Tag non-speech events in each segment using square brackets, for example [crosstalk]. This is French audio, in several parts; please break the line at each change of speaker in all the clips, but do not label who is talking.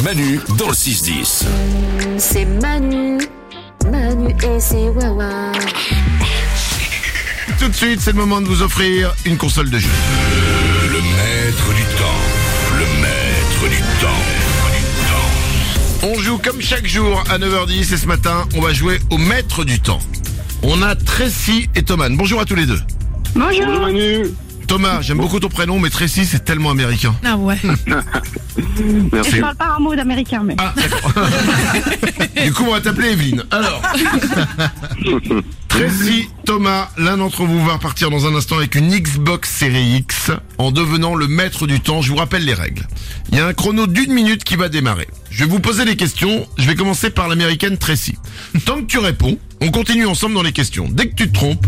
Manu dans le 6-10.
C'est Manu, Manu et ses Wawa.
Tout de suite, c'est le moment de vous offrir une console de jeu.
Le maître du temps. Le maître du temps.
On joue comme chaque jour à 9h10 et ce matin, on va jouer au maître du temps. On a Tracy et Thomas. Bonjour à tous les deux.
Bonjour
Manu.
Thomas, j'aime beaucoup ton prénom, mais Tracy, c'est tellement américain.
Ah ouais.
Merci.
Je parle pas un mot d'américain, mais.
Ah, d'accord. du coup, on va t'appeler Evelyne. Alors, Tracy, Thomas, l'un d'entre vous va repartir dans un instant avec une Xbox Série X en devenant le maître du temps. Je vous rappelle les règles. Il y a un chrono d'une minute qui va démarrer. Je vais vous poser des questions. Je vais commencer par l'américaine Tracy. Tant que tu réponds, on continue ensemble dans les questions. Dès que tu te trompes,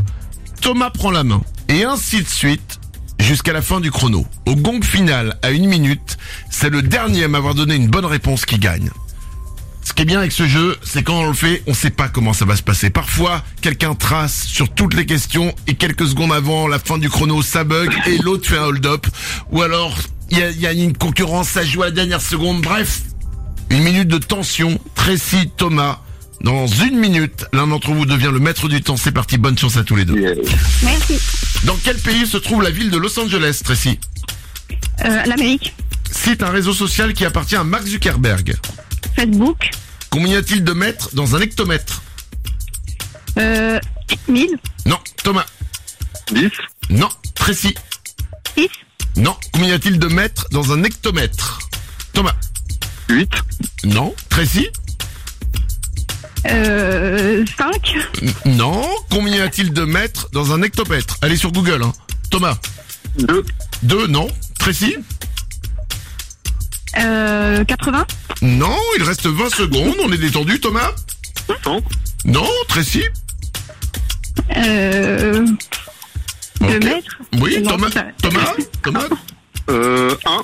Thomas prend la main. Et ainsi de suite, jusqu'à la fin du chrono. Au gong final, à une minute, c'est le dernier à m'avoir donné une bonne réponse qui gagne. Ce qui est bien avec ce jeu, c'est quand on le fait, on sait pas comment ça va se passer. Parfois, quelqu'un trace sur toutes les questions et quelques secondes avant la fin du chrono, ça bug et l'autre fait un hold-up. Ou alors, il y a, il y a une concurrence, ça joue à la dernière seconde. Bref, une minute de tension. Tracy, Thomas, dans une minute, l'un d'entre vous devient le maître du temps. C'est parti, bonne chance à tous les deux.
Yeah.
Merci.
Dans quel pays se trouve la ville de Los Angeles, Tracy
Euh, L'Amérique,
Cite un réseau social qui appartient à Mark Zuckerberg.
Facebook,
Combien y a-t-il de mètres dans un hectomètre
euh, 1000,
Non. Thomas
10,
Non. Tracy
6,
Non. Combien y a-t-il de mètres dans un hectomètre Thomas
8,
Non. Tracy
euh, 5,
N- Non. Combien y a-t-il de mètres dans un hectomètre Allez sur Google. Hein. Thomas
2,
2. Non. Tracy
euh, 80,
Non. Il reste 20 secondes. On est détendu, Thomas
100,
Non. Tracy
euh, [laughs]
Ok.
2 mètres.
Oui.
Non,
Thomas
c'est ça.
Thomas Thomas
euh, 1,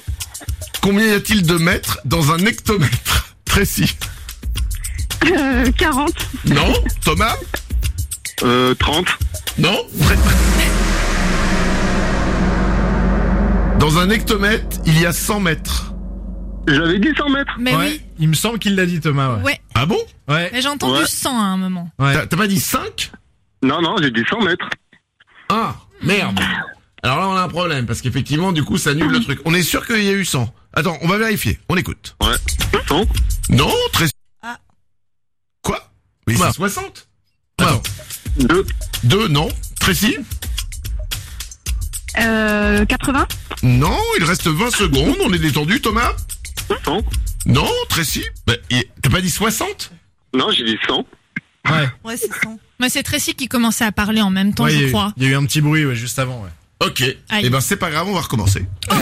Combien y a-t-il de mètres dans un hectomètre Tracy
Euh, 40,
Non. Thomas
euh, 30,
Non Dans un hectomètre, il y a 100 mètres.
j'avais dit 100 mètres.
Mais
Ouais,
oui,
Il me semble qu'il l'a dit Thomas. Ouais.
Ouais.
Ah bon
Ouais.
mais j'ai entendu
Ouais.
100 à un moment.
ouais.
T'as t'as pas dit 5
Non, non, j'ai dit 100 mètres.
Ah, merde. Alors là, on a un problème, parce qu'effectivement, du coup, ça annule le truc. On est sûr qu'il y a eu 100. Attends, on va vérifier. On écoute.
100,
Non, très...
Ah.
Quoi Mais c'est 60 Attends.
2,
2, non. Tracy
euh, 80,
Non, il reste 20 secondes. On est détendu, Thomas
100.
Non, Tracy Bah, il- T'as pas dit 60
Non, j'ai dit 100.
Ouais.
Ouais, c'est ça.
Moi, c'est Tracy qui commençait à parler en même temps,
Ouais, il y a
je
eu-
crois.
Il y a eu un petit bruit ouais, juste avant. Ouais.
Ok. Eh ben, c'est pas grave, on va recommencer.
Oh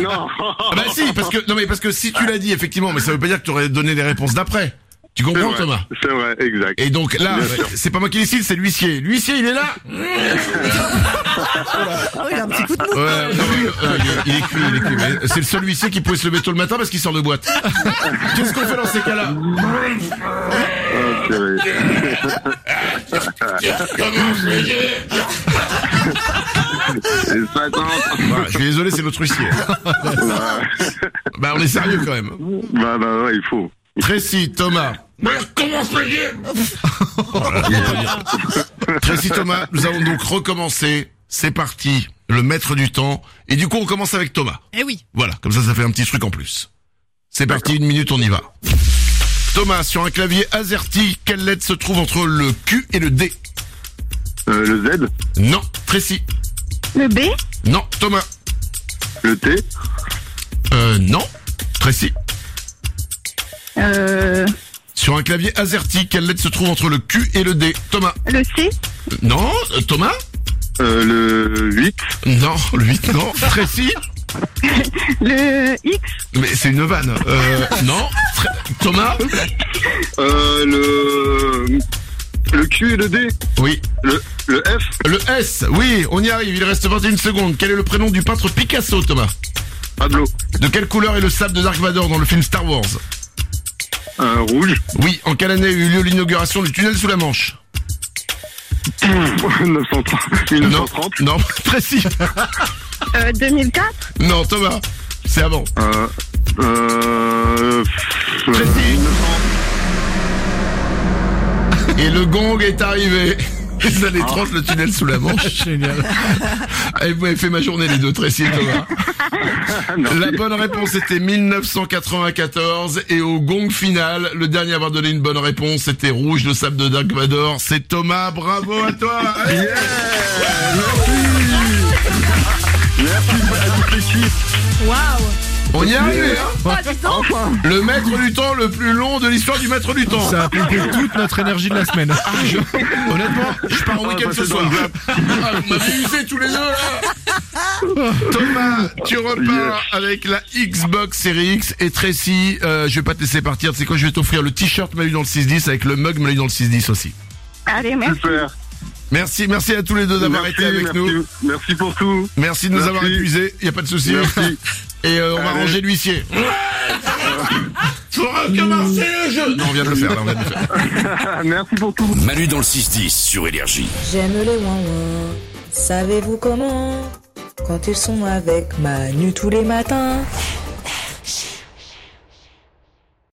non [laughs]
Ah bah si, parce que non mais parce que si tu l'as dit effectivement, mais ça veut pas dire que tu aurais donné les réponses d'après. Tu
C'est
comprends
vrai,
Thomas
C'est vrai, exact.
Et donc là,
Bien sûr.
c'est pas moi qui décide, c'est l'huissier. L'huissier, il est là.
Ah oui, il a un petit coup de mou.
Ouais, ouais, ouais, ouais, il est- il est cuit, il est cuit. Mais C'est le seul huissier qui pouvait se lever tôt le matin parce qu'il sort de boîte. Qu'est-ce qu'on fait dans ces cas-là
Ah, c'est vrai. C'est pas tant.
[laughs] Voilà, Je suis désolé, c'est notre huissier. bah on est sérieux quand même.
Bah, bah, ouais, il faut.
Tracy, Thomas. [laughs] Tracy, Thomas, nous avons donc recommencé. C'est parti, le maître du temps. Et du coup, on commence avec Thomas.
Eh oui.
Voilà, comme ça, ça fait un petit truc en plus. C'est parti, une minute, on y va. Thomas, sur un clavier AZERTY, quelle lettre se trouve entre le Q et le D
Euh, le Z,
Non, Tracy.
le B,
Non, Thomas.
le T,
Euh, non, Tracy.
euh,
Sur un clavier AZERTY, quelle lettre se trouve entre le Q et le D Thomas.
le C,
Euh, non, euh, Thomas.
euh, le 8,
Non, le 8, non. Tracy.
le X,
Mais c'est une vanne. Euh, [laughs] non, Tra- Thomas.
euh, le. Le Q et le D,
Oui.
le, le F,
Le S, oui, on y arrive, il reste 21 secondes. Quel est le prénom du peintre Picasso, Thomas
Pablo,
De quelle couleur est le sable de Dark Vador dans le film Star Wars
euh, rouge, [laughs]
Oui, en quelle année a eu lieu l'inauguration du tunnel sous la Manche
930, 1930,
Non, précis.
euh, 2004,
Non, Thomas, c'est avant.
euh, euh, euh,
Tracy.
1900.
Et le gong est arrivé. Ça les trotte le tunnel sous la [laughs] manche.
Génial.
Et vous avez fait ma journée les deux, Tracy et Thomas.
[laughs] Merci.
La bonne réponse était 1994 et au gong final, le dernier à avoir donné une bonne réponse, c'était Rouge, le sable de Dark Vador. C'est Thomas, bravo à toi Allez,
Merci à toute l'équipe.
Waouh
On y est arrivé, hein
Ah, dis donc
Le maître du temps le plus long de l'histoire du maître du temps. Ah,
Ça a pompé toute notre énergie de la semaine.
Je- Honnêtement, je pars en
Ah,
week-end
bah,
ce
c'est
soir.
dans le
Ah, vous m'avez usé tous les deux là. Thomas, tu repars avec la Xbox Series X et Tracy, euh, je vais pas te laisser partir. Tu sais quoi, je vais t'offrir le t-shirt Malu dans le 610 avec le mug Malu dans le 610 aussi.
Allez, merci.
Super.
Merci, merci à tous les deux d'avoir
Merci,
été avec
merci.
nous.
Merci pour tout.
Merci de nous
Merci.
avoir épuisés, il y a pas de souci.
Merci.
[laughs] Et euh, on va
Allez.
ranger
[laughs]
l'huissier. Faut recommencer le jeu. Non, on vient de le faire, là, on vient de le faire.
Ah, Merci pour tout.
Manu dans le 6-10 sur Énergie.
J'aime les ouin Savez-vous comment Quand ils sont avec Manu tous les matins.